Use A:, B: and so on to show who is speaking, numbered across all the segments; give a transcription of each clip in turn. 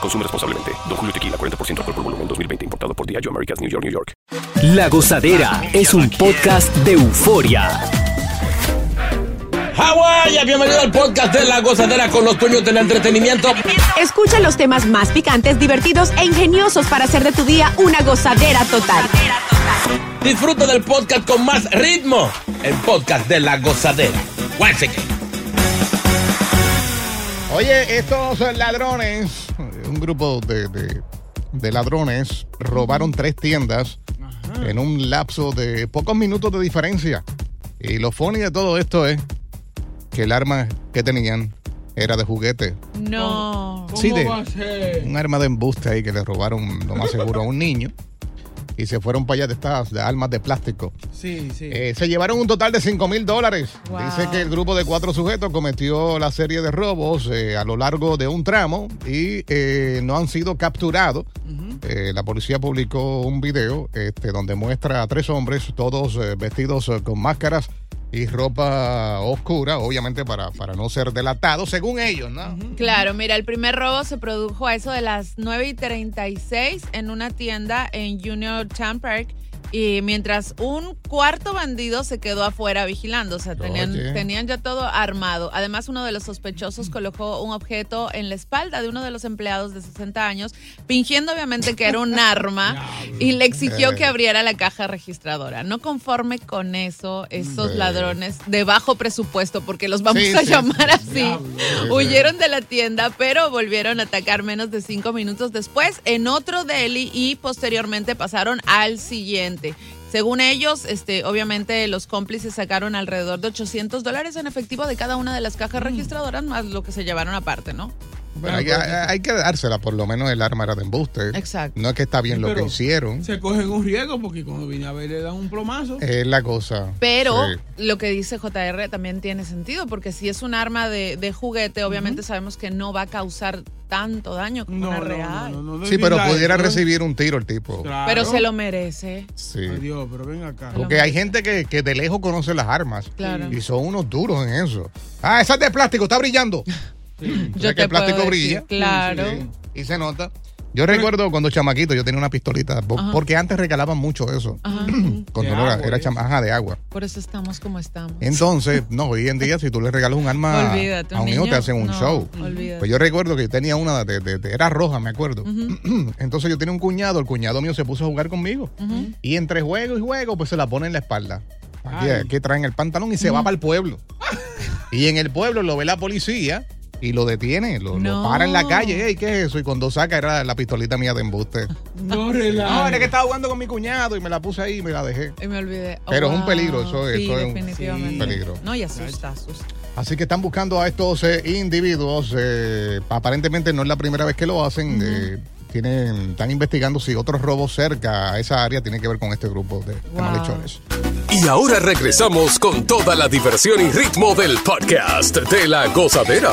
A: Consume responsablemente. Don Julio Tequila, 40% alcohol por volumen, 2020. Importado por Diageo Americas, New York, New York.
B: La Gozadera es un podcast de euforia.
C: Hawái, bienvenido al podcast de La Gozadera con los dueños del entretenimiento.
D: Escucha los temas más picantes, divertidos e ingeniosos para hacer de tu día una gozadera total.
C: Disfruta del podcast con más ritmo. El podcast de La Gozadera. Once again.
E: Oye, estos ladrones, un grupo de, de- de ladrones, robaron tres tiendas en un lapso de pocos minutos de diferencia. Y lo funny de todo esto es que el arma que tenían era de juguete.
F: No.
E: Sí, de- un arma de embuste ahí que le robaron, lo más seguro, a un niño. Y se fueron para allá de estas de armas de plástico.
F: Sí, sí.
E: Eh, se llevaron un total de 5 mil dólares.
F: Wow.
E: Dice que el grupo de cuatro sujetos cometió la serie de robos eh, a lo largo de un tramo y eh, no han sido capturados. Eh, la policía publicó un video este, donde muestra a tres hombres, todos eh, vestidos eh, con máscaras y ropa oscura, obviamente para, para no ser delatados, según ellos, ¿no?
F: Claro, mira, el primer robo se produjo a eso de las 9 y 36 en una tienda en Junior Town Park. Y mientras un cuarto bandido se quedó afuera vigilando, o sea, tenían,
E: Oye.
F: tenían ya todo armado. Además, uno de los sospechosos colocó un objeto en la espalda de uno de los empleados de 60 años, fingiendo obviamente que era un arma, y le exigió que abriera la caja registradora. No conforme con eso, esos
E: Ve.
F: ladrones de bajo presupuesto, porque los vamos
E: Sí,
F: a
E: sí,
F: llamar
E: sí.
F: así,
E: Sí,
F: Huyeron de la tienda, pero volvieron a atacar menos de cinco minutos después en otro deli y posteriormente pasaron al siguiente. Según ellos, este, obviamente los cómplices sacaron alrededor de 800 dólares en efectivo de cada una de las
E: Mm.
F: cajas registradoras, más lo que se llevaron aparte, ¿no?
E: Bueno, hay, hay- hay que dársela, por lo menos el arma era de embuste.
F: Exacto.
E: No es que está bien
G: Sí,
E: lo que
G: pero-
E: hicieron,
G: Se cogen un riesgo porque cuando vine a ver le dan un plomazo.
E: es la cosa.
F: Pero
E: Sí.
F: lo que dice JR también tiene sentido, porque si es un arma de, de juguete, obviamente sabemos que no va a causar tanto daño como
G: No,
F: una
G: no,
F: real.
G: no, no, no,
E: Sí, pero
G: Mira,
E: pudiera
G: ¿no?
E: recibir un tiro el tipo.
G: Claro.
F: Pero se lo merece.
E: Sí.
G: Ay, Dios, pero ven acá.
E: Porque hay gente que, que de lejos conoce las armas.
F: Claro.
E: Y son unos duros en eso. Ah, esa es de plástico, está brillando. Mm. O sea que el plástico
F: puedo
E: brilla.
F: decir, claro.
E: Sí, y se nota. Yo recuerdo cuando chamaquito yo tenía una pistolita, po-
F: Ajá.
E: porque antes regalaban mucho eso.
F: Ajá.
E: Cuando
G: De
E: no era,
G: agua,
E: era
G: ¿eh?
E: chamaja de agua.
F: Por eso estamos como estamos.
E: Entonces, no, hoy en día si tú le regalas un arma
F: Olvídate,
E: Ah, a un niño, te hacen un
F: no,
E: show.
F: Olvídate.
E: Pues yo recuerdo que yo tenía una, de, de- de- era roja, me acuerdo. Entonces yo tenía un cuñado, el cuñado mío se puso a jugar conmigo.
F: Ujú.
E: Y entre juego y juego, pues se la pone en la espalda. Aquí,
G: Ay.
E: aquí traen el pantalón y se
F: Mm.
E: va para el pueblo. y en el pueblo lo ve la policía y lo detiene, lo, lo
F: No.
E: para en la calle. Ey, ¿Qué es eso? Y cuando saca era la pistolita mía de embuste.
G: No
E: No, era que
G: relajes.
E: estaba jugando con mi cuñado y me la puse ahí y me la dejé.
F: Y me olvidé.
E: Pero es un peligro, eso-
F: Sí,
E: eso es un-
F: definitivamente.
E: sí, peligro.
F: No, y asusta, asusta.
E: Así que están buscando a estos eh, individuos. eh, aparentemente no es la primera vez que lo hacen. eh, tienen, están investigando si otros robos cerca a esa área tienen que ver con este grupo de, de
F: Wow.
E: malhechores.
H: Y ahora regresamos con toda la diversión y ritmo del podcast de la gozadera.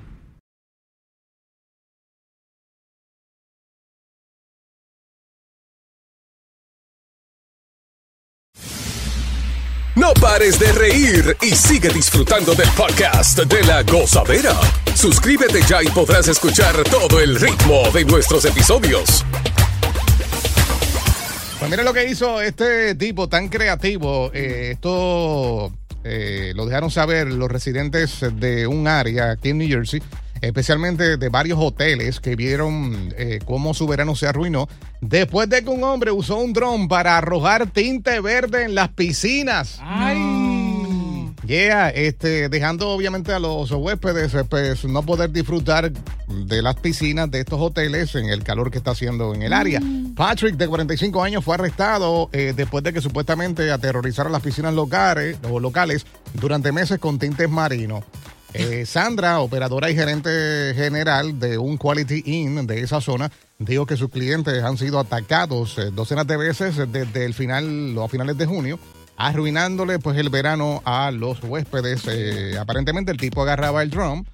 H: No pares de reír y sigue disfrutando del podcast de la gozadera. Suscríbete ya y podrás escuchar todo el ritmo de nuestros episodios.
E: Pues mira lo que hizo este tipo tan creativo. Eh, esto eh, lo dejaron saber los residentes de un área aquí en New Jersey, especialmente de varios hoteles que vieron eh, cómo su verano se arruinó después de que un hombre usó un dron para arrojar tinte verde en las piscinas. Yeah, este, dejando obviamente a los huéspedes pues, no poder disfrutar de las piscinas de estos hoteles en el calor que está haciendo en el área. Patrick, de 45 años, fue arrestado eh, después de que supuestamente aterrorizaron las piscinas locales, o locales durante meses con tintes marinos. Eh, Sandra, operadora y gerente general de un Quality Inn de esa zona, dijo que sus clientes han sido atacados eh, docenas de veces desde el final, los finales de junio, arruinándole pues el verano a los huéspedes. Eh, aparentemente el tipo agarraba el drum,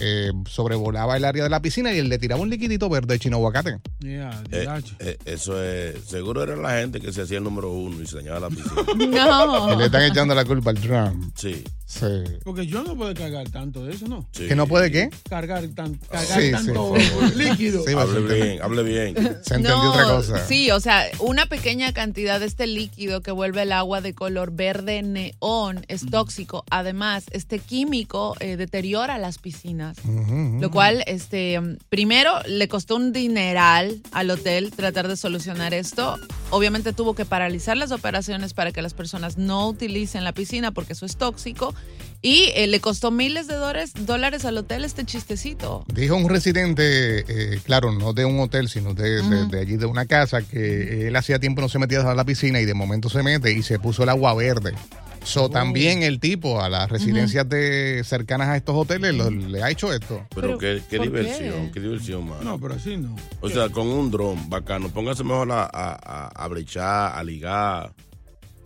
E: eh, sobrevolaba el área de la piscina y él le tiraba un liquidito verde chino aguacate.
G: Yeah,
I: Eh,
G: diacho.
I: eh, eso es. Seguro era la gente que se hacía el número uno y se dañaba la piscina.
E: Que Le
F: No.
E: están echando la culpa al drum.
I: Sí.
E: Sí.
G: Porque yo no puedo cargar tanto de eso, ¿no?
I: sí.
E: ¿Que no puede qué?
G: Cargar, tan, cargar
E: Sí, sí,
G: tanto
E: por favor.
G: líquido.
E: Sí,
I: Hable
E: bastante.
I: bien, hable bien.
E: Se entendió
F: No,
E: otra cosa.
F: Sí, o sea, una pequeña cantidad de este líquido que vuelve el agua de color verde neón es tóxico. Además, este químico eh, deteriora las piscinas, lo cual, este, mm, primero le costó un dineral al hotel tratar de solucionar esto. Obviamente tuvo que paralizar las operaciones para que las personas no utilicen la piscina porque eso es tóxico. Y eh, le costó miles de dólares, dólares al hotel este chistecito.
E: Dijo un residente, eh, claro, no de un hotel, sino de, de- de allí, de una casa, que él hacía tiempo no se metía a la piscina y de momento se mete y se puso el agua verde. So, También el tipo a las residencias de, cercanas a estos hoteles lo- le ha hecho esto.
I: Pero,
F: Pero,
I: qué, qué
F: ¿por qué?
I: diversión, qué, diversión, mano.
G: No, pero así no.
I: o sea, con un dron, bacano. Póngase mejor a, a, a, a brechar, a ligar.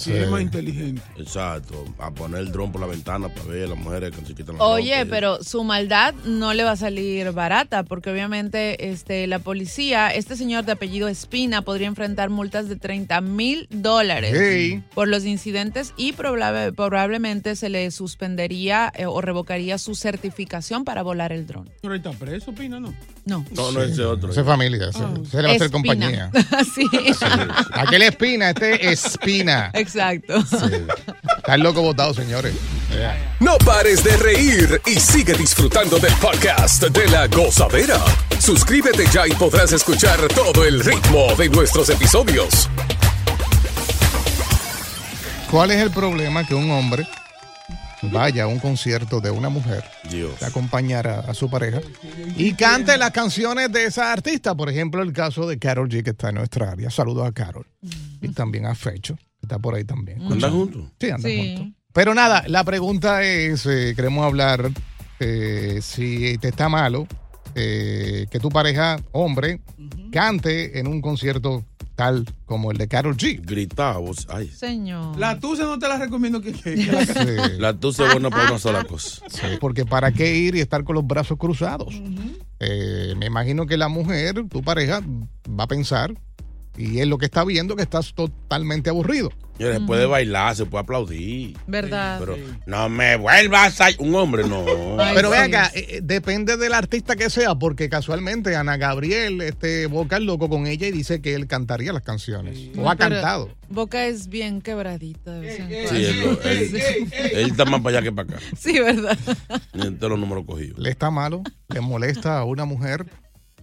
G: Sí. Es más inteligente.
I: Exacto. A poner el dron por la ventana para ver a las mujeres que se quitan la
F: Oye,
I: ropa.
F: pero su maldad no le va a salir barata, porque obviamente este, la policía, este señor de apellido Espina, podría enfrentar multas de 30 mil dólares
E: Hey.
F: por los incidentes y probable- probablemente se le suspendería eh, o revocaría su certificación para volar el dron.
G: Pero ahí está preso, Pina, ¿no?
F: No.
I: No, no, ese otro.
E: Esa es familia, se, se le va a hacer
F: Oh.
E: compañía.
F: Espina. sí,
E: Aquel espina, este espina.
F: exacto.
E: Están loco votado, señores.
H: No pares de reír y sigue disfrutando del podcast de la gozadera. Suscríbete ya y podrás escuchar todo el ritmo de nuestros episodios.
E: ¿Cuál es el problema que un hombre vaya a un concierto de una mujer?
I: Dios.
E: de acompañar a, a su pareja y cante las canciones de esa artista. Por ejemplo, el caso de Carol G, que está en nuestra área. Saludos a Carol. Y también a Fecho, que está por ahí también.
I: ¿Andan juntos?
E: Sí, andan
F: Sí.
E: juntos. Pero nada, la pregunta es, eh, queremos hablar eh, si te está malo eh, que tu pareja, hombre, cante en un concierto tal como el de Carol G.
I: Gritar, vos. Ay.
F: Señor.
G: La tusa no te la recomiendo que, que- que la
E: Sí,
I: La tusa es buena para una sola cosa.
E: sí, porque ¿para qué ir y estar con los brazos cruzados? Eh, me imagino que la mujer, tu pareja, va a pensar y es lo que está viendo que estás totalmente aburrido.
I: Señores, Se puede bailar, se puede aplaudir.
F: ¿Verdad?
I: Pero no me vuelvas a. Un hombre, no.
F: Ay,
E: Pero ve
F: sí.
E: acá, eh, eh, depende del artista que sea, porque casualmente Ana Gabriel este, boca el loco con ella y dice que él cantaría las canciones. O ha
F: Pero
E: cantado.
F: Boca es bien quebradita. de vez en cuando.
I: Sí, él, él- él está más para allá que para acá.
F: Sí, ¿verdad?
I: Ni todos los números cogidos.
E: Le está malo, le molesta a una mujer.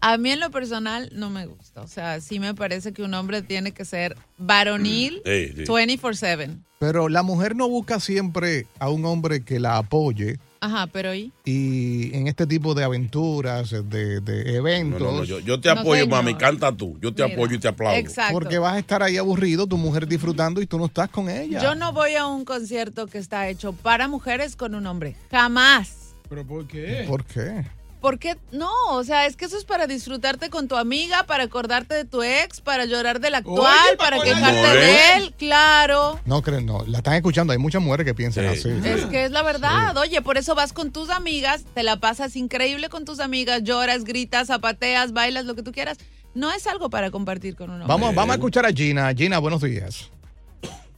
F: A mí en lo personal no me gusta. O sea, sí me parece que un hombre tiene que ser varonil
I: Sí,
E: Mm,
I: sí.
F: 24/7.
E: Pero la mujer no busca siempre a un hombre que la apoye
F: Ajá, pero ¿y?
E: Y en este tipo de aventuras, de, de eventos.
I: No, no, no, yo, yo te apoyo,
F: señor.
I: mami, canta tú. Yo te
F: Mira.
I: apoyo y te aplaudo.
F: Exacto.
E: Porque vas a estar ahí aburrido, tu mujer disfrutando y tú no estás con ella.
F: Yo no voy a un concierto que está hecho para mujeres con un hombre. Jamás.
G: ¿Pero por qué?
E: ¿Por qué?
F: ¿Por qué? No, o sea, es que eso es para disfrutarte con tu amiga, para acordarte de tu ex, para llorar del actual,
G: Oye,
F: para
G: Paco,
F: quejarte
I: ¿eh?
F: de él, claro.
E: No creen, no. La están escuchando. Hay muchas mujeres que piensan
I: Sí.
E: así.
F: Es que es la verdad, oye, por eso vas con tus amigas, te la pasas increíble con tus amigas, lloras, gritas, zapateas, bailas, lo que tú quieras. No es algo para compartir con un hombre.
E: Vamos, vamos a escuchar a Gina. Gina, buenos días.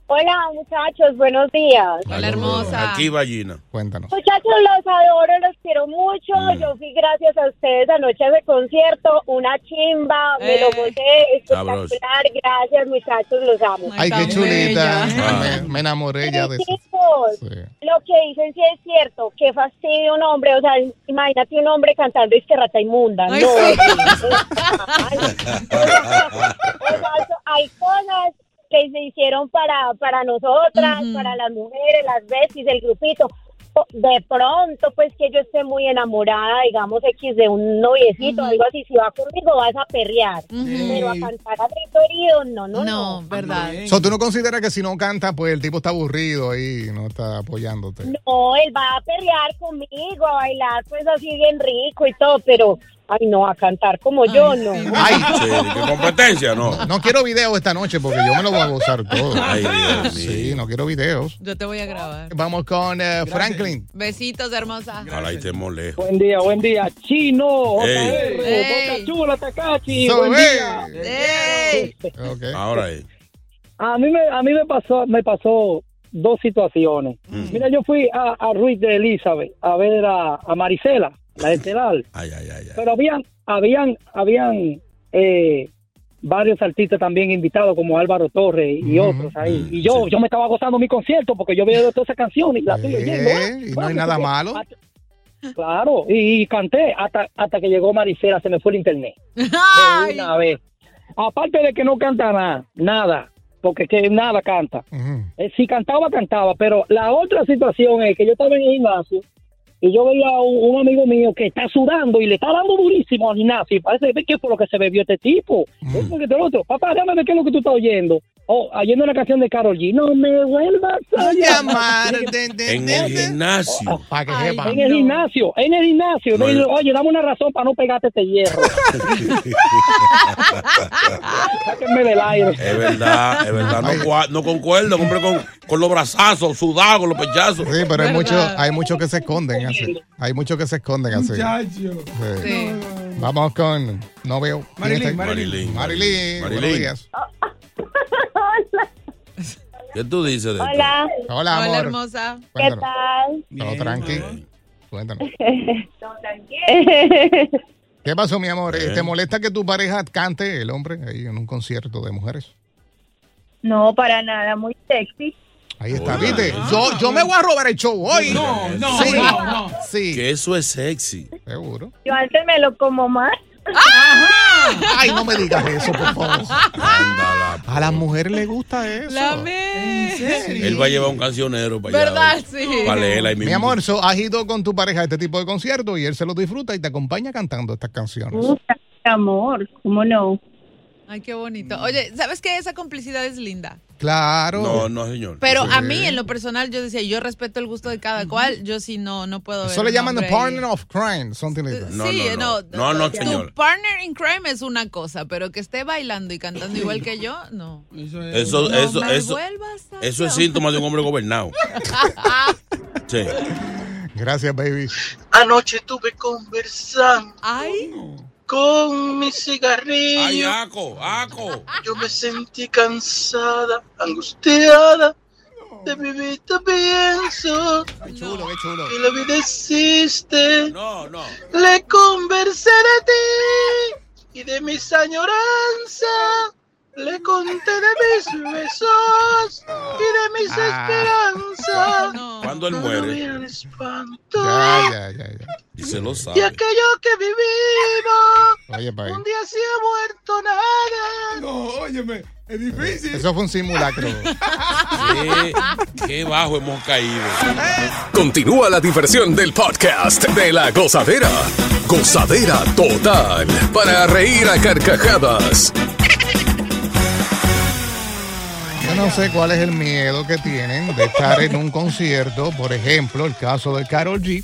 J: Hola muchachos, buenos días.
F: Hola, hermosa.
I: Aquí va Gina.
E: Cuéntanos.
J: Muchachos, los adoro, los quiero mucho.
F: Mm.
J: Yo fui gracias a ustedes anoche a ese concierto, una chimba, me lo
F: Eh.
J: gocé, espectacular.
I: Sabroso.
J: Gracias muchachos, los amo.
F: Ay,
E: Ay, qué
F: tan
E: chulita.
F: bella.
I: bella.
E: Me, me enamoré ya de eso.
J: Chicos,
E: Sí.
J: Lo que dicen sí es cierto, qué fastidio un hombre, o sea, imagínate un hombre cantando es que rata inmunda,
F: Ay,
J: no.
F: sí.
J: Ay, o sea, eso- hay cosas que se hicieron para para nosotras,
F: Ujú.
J: para las mujeres, las besties, el grupito. O- De pronto, pues que yo esté muy enamorada, digamos, X de un noviecito,
F: Ujú.
J: algo así, si va conmigo vas a perrear.
F: Ujú.
J: Pero a cantar a grito herido, no, no,
F: No,
J: no.
F: verdad.
G: Bien.
E: So, ¿Tú no consideras que si no canta, pues el tipo está aburrido ahí, no está apoyándote?
J: No, él va a perrear conmigo, a bailar pues así bien rico y todo, pero ay no, a cantar como yo
F: Ay,
J: no.
F: sí.
E: Ay,
I: Sí, ¿Qué competencia? No.
E: no quiero videos esta noche porque yo me lo voy a gozar todo.
I: Ay, Dios
E: Sí,
I: mío.
E: no quiero videos.
F: Yo te voy a grabar.
E: Vamos con eh, Franklin.
F: Besitos, hermosa.
I: Ojalá y te lejos.
K: Buen día, buen día. Chino,
I: Ey.
K: JR,
F: Ey.
K: Boca Chula, Takachi.
E: So,
K: Buen día.
E: hey.
F: ¡Ey!
E: Ok.
I: Ahora es.
K: A mí me, a mí me pasó, me pasó dos situaciones.
I: Mm.
K: Mira, yo fui a, a Ruiz de Elizabeth a ver a, a Marisela, la estelar.
I: Ay, ay, ay, ay.
K: Pero habían, habían, habían eh, varios artistas también invitados, como Álvaro Torres y
E: Ujú.
K: otros ahí. Y
I: Mm,
K: yo,
I: sí.
K: yo me estaba gozando mi concierto porque yo veía todas esas canciones y las estoy
E: Eh,
K: oyendo. ah,
E: y no hay
K: bueno,
E: nada
K: porque-
E: malo.
K: hasta- claro, y, y canté hasta, hasta que llegó Marisela, se me fue el internet. De
F: ¡Ay!
K: una vez. Aparte de que no canta nada, nada, porque es que nada canta.
E: Ujú.
K: Eh, si cantaba, cantaba, pero la otra situación es que yo estaba en el gimnasio y yo veía a un, un amigo mío que está sudando y le está dando durísimo al gimnasio y parece que es por lo que se bebió este tipo. Es porque el otro, papá, déjame ver qué es lo que tú estás oyendo. O oyendo una canción de Karol G, no me vuelvas a llamar.
I: En el gimnasio.
E: Oh, Para que
F: Ay,
E: sepan.
K: En el
F: No.
K: gimnasio, en el gimnasio.
I: No,
K: Le digo,
I: yo-
K: Oye, dame una razón para no pegarte este hierro. Sáquenme del aire.
I: Es verdad, es verdad. No, cua- no concuerdo, compré con, con los brazazos, sudado, con los pechazos.
E: Sí, pero hay
F: ¿Verdad?
E: muchos hay muchos que se esconden así. Hay muchos que se esconden así.
G: Muchacho.
E: Sí.
F: Sí.
E: Vamos con. No veo.
G: Marilyn,
E: ¿Quién está ahí?
I: Marilyn.
E: Marilyn, buenos
I: Marilyn.
E: días.
I: ¿Qué tú dices de esto?
J: Hola,
E: Hola,
F: Hola,
E: amor.
F: hermosa.
J: ¿qué
E: Cuéntanos.
J: tal?
E: Todo
G: Bien,
E: tranqui.
G: mamá.
E: Cuéntanos.
J: Eh,
E: ¿Qué pasó, mi amor? Eh,
I: Bien.
E: ¿Te molesta que tu pareja cante el hombre ahí en un concierto de mujeres?
J: no, para nada, muy sexy.
E: Ahí está,
I: Oye.
E: ¿viste? Yo, yo me voy a robar el show hoy.
G: Ah, No, no,
E: Sí.
G: no, no.
E: Sí,
I: Que eso es sexy.
E: seguro.
J: Yo antes me lo como más.
E: Ay, no me digas eso, por favor.
I: Ándala.
E: A las mujeres les gusta eso.
F: ¡Lame!
I: Él va a llevar un cancionero para allá.
F: ¿Verdad? Sí.
I: Para leerla ahí mismo.
E: Mi amor, so, has ido con tu pareja a este tipo de conciertos y él se los disfruta y te acompaña cantando estas canciones.
J: Puta, amor, ¿cómo no?
F: Ay, qué
E: Mm.
F: bonito. Oye, ¿sabes qué? Esa complicidad es linda.
E: Claro.
I: No, no, señor.
F: Pero
E: Sí. Mm.
F: a mí, en lo personal, yo decía, yo respeto el gusto de cada cual. Yo sí no, no puedo ver.
E: Eso le
F: un
E: llaman the
F: hombre ahí.
E: partner of crime, something like that.
I: No,
F: sí,
I: eh, no, no. No, no, señor.
F: Tu partner in crime es una cosa, pero que esté bailando y cantando igual que yo, no.
G: Eso es.
I: Eso,
F: No
I: eso,
F: me
I: eso,
F: vuelvas a
I: eso es
F: llamar.
I: síntoma de un hombre gobernado.
F: Ah,
I: Sí.
E: Gracias, baby.
K: Anoche estuve conversando
F: Ay,
K: con mi cigarrillo.
I: Ay, aco, aco.
K: Yo me sentí cansada, angustiada. De mi vida pienso
E: Qué chulo, qué chulo.
K: que la vida existe.
I: No, no.
K: Le conversé de ti y de mi añoranza.
L: Le conté de mis besos y de mis
I: Ah.
L: esperanzas.
I: Cuando él
L: No
I: muere.
L: vieron espanto.
I: Y se lo sabe.
L: Y aquello que vivimos.
E: Oye, país.
L: Un día se ha muerto nada.
G: No, óyeme, es difícil.
E: Eso fue un simulacro.
I: Qué, qué bajo hemos caído.
H: Continúa la diversión del podcast de la gozadera. Gozadera total. Para reír a carcajadas.
E: Yo no sé cuál es el miedo que tienen de estar en un concierto, por ejemplo, el caso de Carol G.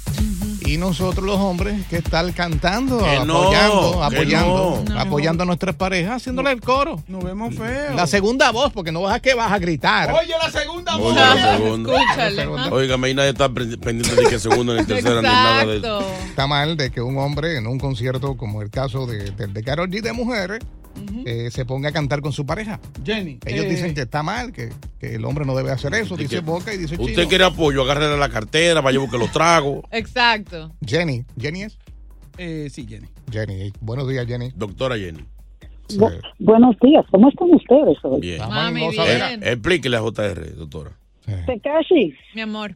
E: Y nosotros los hombres que están cantando,
I: Que no,
E: apoyando,
I: que
E: apoyando,
I: no.
E: apoyando a nuestras parejas, haciéndole el coro.
G: Nos vemos feo.
E: La segunda voz, porque no vas a que vas a gritar.
G: Oye, la segunda
I: Oye,
G: voz.
I: la segunda.
E: Escúchale, ajá.
I: Óigame, ahí nadie está pre- pendiente de que segunda ni tercera ni nada de eso.
E: Está mal de que un hombre en un concierto, como el caso de, de, de Karol G de mujeres, eh, se ponga a cantar con su pareja.
G: Jenny.
E: Ellos
G: eh,
E: dicen que está mal, que, que el hombre no debe hacer eso. Dice
I: que-
E: Boca y dice
I: Usted
E: Chino.
I: quiere apoyo, agárrele la cartera, vaya a buscar los tragos.
F: Exacto.
E: Jenny. ¿Jenny es?
G: eh, sí, Jenny.
E: Jenny. Buenos días, Jenny.
I: Doctora Jenny.
M: Bu- buenos días, ¿cómo están ustedes hoy?
I: Bien.
F: Mami, bien.
I: Eh, Explíquele a JR, doctora.
M: Tekashi,
F: Mi amor.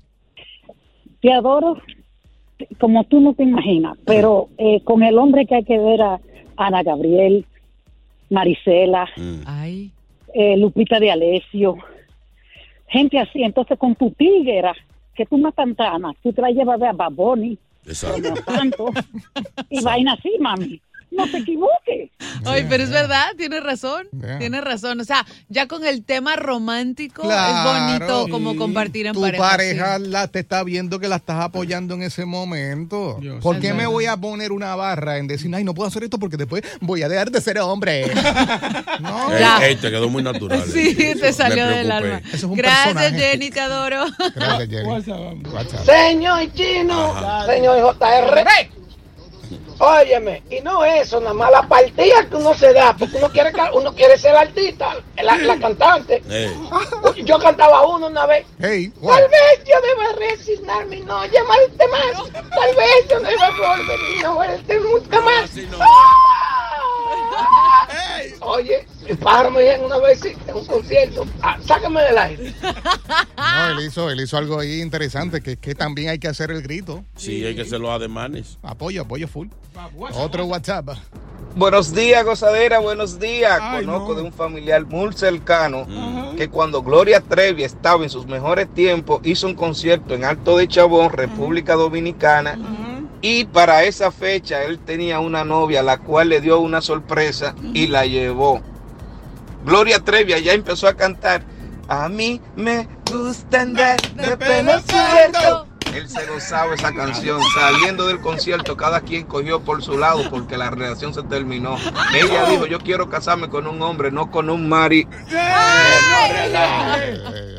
M: te adoro como tú no te imaginas, pero eh, con el hombre que hay que ver a Ana Gabriel, Marisela,
I: Mm.
F: Ay.
M: eh, Lupita de Alessio, gente así, entonces con tu tiguera, que tú más cantana, tú te la llevas a ver a Baboni,
I: Exacto.
M: tanto, y vaina así, mami, no te equivoques.
F: Ay, pero es verdad, tienes razón, tienes razón. O sea, ya con el tema romántico es bonito
E: Claro.
F: como compartir en
E: tu
F: pareja.
E: pareja, la, te está viendo que la estás apoyando en ese momento. ¿Por
F: Es
E: qué me
F: verdad.
E: voy a poner una barra en decir, ay, no puedo hacer esto porque después voy a dejar de ser hombre? no.
I: Eh,
F: Oh, Ya.
I: eh, te quedó muy natural.
F: Sí,
I: eh.
F: te salió
I: Me
F: del
I: preocupé.
F: alma. Gracias, Jenny, te adoro.
E: Gracias, Jenny.
L: Señor Chino,
I: Ajá.
L: señor JR. Óyeme, y no eso, nada más la partida que uno se da, porque uno quiere, ca- uno quiere ser artista, la, la cantante. Yo cantaba uno una vez.
E: Hey,
L: Tal vez yo deba resignarme y no llamarte más. Tal vez yo deba volver y no verte nunca más. ¡Ah! Oye, el pájaro me dijo una vez sí, en un concierto, "Ah, sácame del aire.
E: No, él hizo, él hizo algo ahí interesante, que es que también hay que hacer el grito.
I: Sí, hay que hacer los ademanes.
E: Apoyo, apoyo full. Oh, Otro WhatsApp.
N: Buenos días, gozadera, buenos días. Conozco de un familiar muy cercano que cuando Gloria Trevi estaba en sus mejores tiempos, hizo un concierto en Alto de Chabón, República Dominicana. Y para esa fecha él tenía una novia, la cual le dio una sorpresa y la llevó. Gloria Trevi ya empezó a cantar. A mí me gusta andar de pelo suelto. Él se gozaba esa canción. Saliendo del concierto, cada quien cogió por su lado porque la relación se terminó. Ella dijo, yo quiero casarme con un hombre, no con un mari.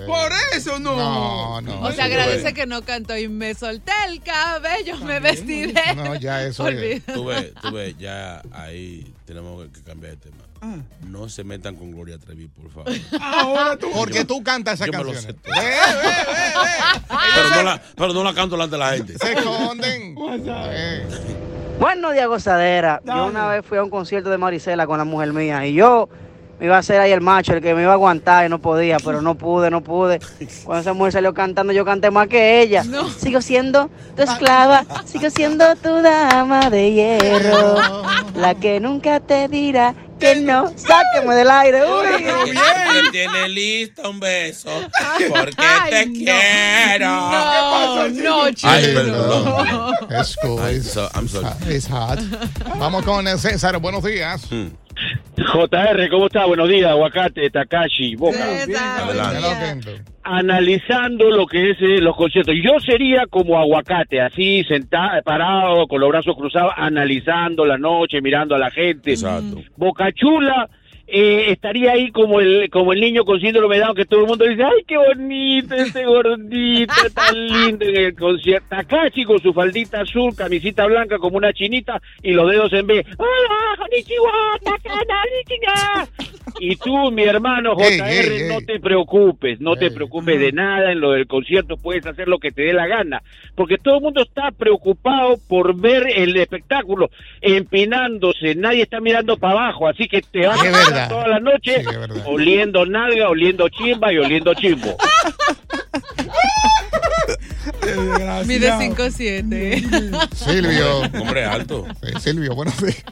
G: Por eso no.
E: No, no.
F: O sea, agradece que no canto y me solté el cabello, me vestiré.
E: No, ya eso
F: Olvida.
I: Tú ves, tú ves, ya ahí tenemos que- que cambiar de tema.
G: Ah.
I: No se metan con Gloria Trevi, por favor.
E: Ahora tú. Porque tú cantas esa
I: Yo me lo
E: canción.
I: sé todo. Pero no, la, pero no la canto delante de la gente.
E: Se esconden.
O: Bueno, día gozadera. Yo una vez fui a un concierto de Marisela con la mujer mía y yo me iba a hacer ahí el macho, el que me iba a aguantar y no podía, pero no pude, no pude. Cuando esa mujer salió cantando, yo canté más que ella. Sigo siendo tu esclava, sigo siendo tu dama de hierro, la que nunca te dirá que no. Sáqueme del aire. Uy.
I: Te tiene listo un beso. Porque te quiero.
F: No, no, chico.
I: Ay, perdón.
E: Es cool. It's,
I: I'm sorry.
E: it's hot. Vamos con el César. Buenos días.
I: Hmm.
P: JR, ¿cómo está? Buenos días, Aguacate, Takashi, Boca. Analizando lo que es eh, los conciertos. Yo sería como Aguacate, así sentado, parado, con los brazos cruzados, analizando la noche, mirando a la gente. Boca Chula eh, estaría ahí como el como el niño con síndrome de Down que todo el mundo dice, ay, qué bonito este gordito, tan lindo en el concierto. Takashi con su faldita azul, camisita blanca como una chinita y los dedos en B. ¡Hola, konnichiwa, Takana, konnichiwa! Y tú, mi hermano JR,
Q: Ey, ey, Mm.
P: no te preocupes, no te preocupes de nada en lo del concierto, puedes hacer lo que te dé la gana, porque todo el mundo está preocupado por ver el espectáculo empinándose, nadie está mirando para abajo, así que te vas a pasar toda la noche oliendo nalga, oliendo chimba y oliendo chimbo.
F: Mide 5'7".
E: Silvio.
I: Hombre alto.
E: Silvio, buenos días.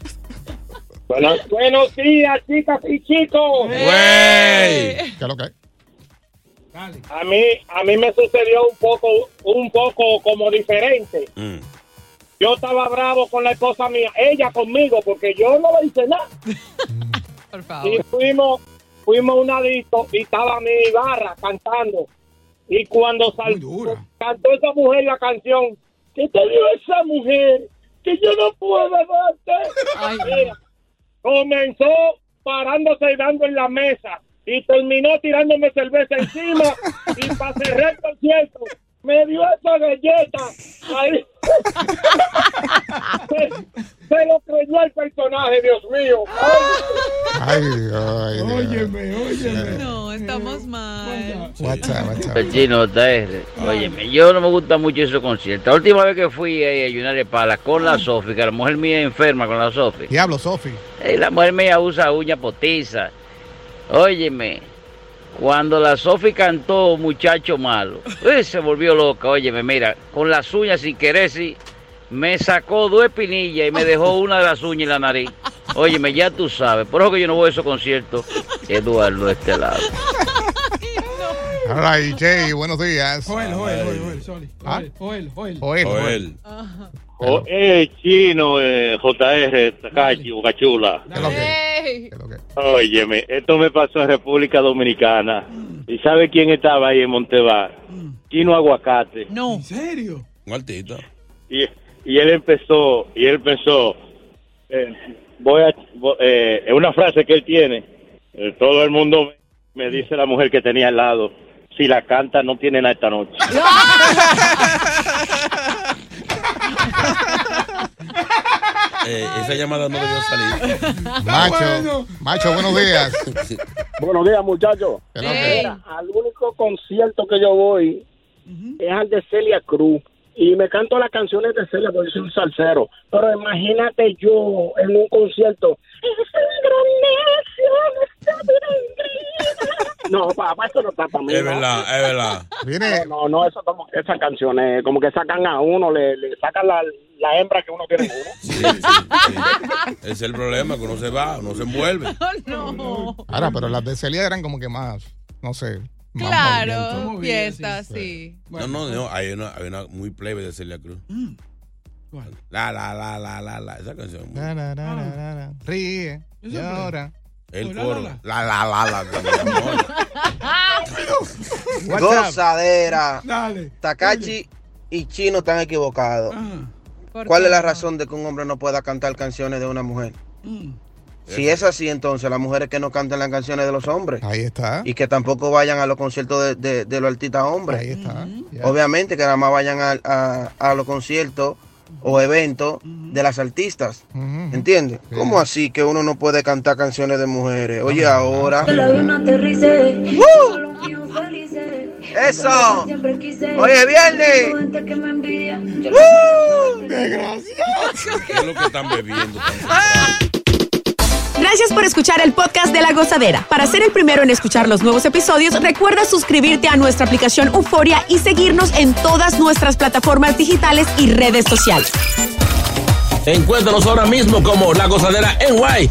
Q: Buenos, buenos días, chicas y chicos.
E: ¿Qué es lo que hay?
Q: A mí, a mí me sucedió un poco, un poco como diferente. Yo estaba bravo con la esposa mía, ella conmigo, porque yo no le hice nada.
F: Por
Q: Y fuimos, fuimos a un adicto y estaba mi barra cantando. Y cuando sal- cantó esa mujer la canción, ¿qué te dio esa mujer? Que yo no puedo darte. Mira, comenzó parándose y dando en la mesa. Y terminó tirándome cerveza encima. y para cerrar el concierto, me dio esa galleta. Ahí- se, se lo creyó el personaje, Dios mío.
E: Ay, ay,
Q: Óyeme, óyeme.
F: No, estamos mal.
R: Chino, TR. Óyeme, yo no me gusta mucho esos conciertos. La última vez que fui eh, a ayunar de pala con la Sofi, que la mujer mía es enferma con la Sofi.
E: Diablo, Sofi.
R: Eh, la mujer mía usa uña potiza. Óyeme, cuando la Sofi cantó Muchacho Malo, eh, se volvió loca. Óyeme, mira, con las uñas sin querer, sí, me sacó dos espinillas y me dejó una de las uñas en la nariz. Óyeme, ya tú sabes. Por eso que yo no voy a esos conciertos, Eduardo, de este lado.
E: All right, Jay, buenos días. Ah.
G: Joel, Joel, Joel, Joel, sorry. Joel, Joel, Joel.
E: Joel,
G: Joel.
S: Oh, eh, chino, eh, JR, Tacachi, Bocachula. Óyeme, esto me pasó en República Dominicana. ¿Y sabe quién estaba ahí en Montebar? Chino Aguacate.
F: No.
G: ¿En serio?
I: Un altito.
S: Y, y él empezó, y él pensó, eh, voy a, vo- eh, es una frase que él tiene. Eh, todo el mundo me dice la mujer que tenía al lado, si la canta no tiene nada esta noche.
I: Eh, esa llamada no debió salir.
E: Macho, macho, buenos días.
T: Buenos días, muchachos. Mira, al único concierto que yo voy es al de Celia Cruz. Y me canto las canciones de Celia porque soy un salsero. Pero imagínate yo en un concierto. No, papá, eso no está para mí.
I: Es
T: ¿no?
I: verdad, es verdad.
T: No, no, no, eso como que esas canciones como que sacan a uno, le, le sacan la, la hembra que uno tiene en uno.
I: Ese es el problema, que uno se va, uno se envuelve.
F: no.
E: Ahora, pero las de Celia eran como que más, no sé. más
F: Claro,
E: movimiento.
F: fiesta, sí.
I: No, no, no, hay una, hay una muy plebe de Celia Cruz. La, la, la, la, la, la. Esa canción. es muy-
E: Na, na, na, na, na, na. Ríe,
I: siempre-
E: llora.
I: El
E: la,
I: coro.
E: la,
I: La, la, la, la.
N: Gozadera.
G: Dale.
N: Takachi y Chino están equivocados.
F: ¿Por
N: ¿Cuál
F: qué?
N: es la razón de que un hombre no pueda cantar canciones de una mujer? Si es así, entonces las mujeres que no cantan las canciones de los hombres.
E: Ahí está.
N: Y que tampoco vayan a los conciertos de, de- de los artistas hombres.
E: Ahí está.
N: Obviamente que nada más vayan al- a, a los conciertos o eventos de las artistas. ¿Entiendes? ¿Cómo así que uno no puede cantar canciones de mujeres? Oye, ahora.
Q: ¡Uh!
N: ¡Eso! ¡Hoy es viernes! ¡Uh!
I: ¿Qué es lo que están bebiendo?
D: Gracias por escuchar el podcast de La Gozadera. Para ser el primero en escuchar los nuevos episodios, recuerda suscribirte a nuestra aplicación Euforia y seguirnos en todas nuestras plataformas digitales y redes sociales.
C: Encuéntranos ahora mismo como La Gozadera en Guay.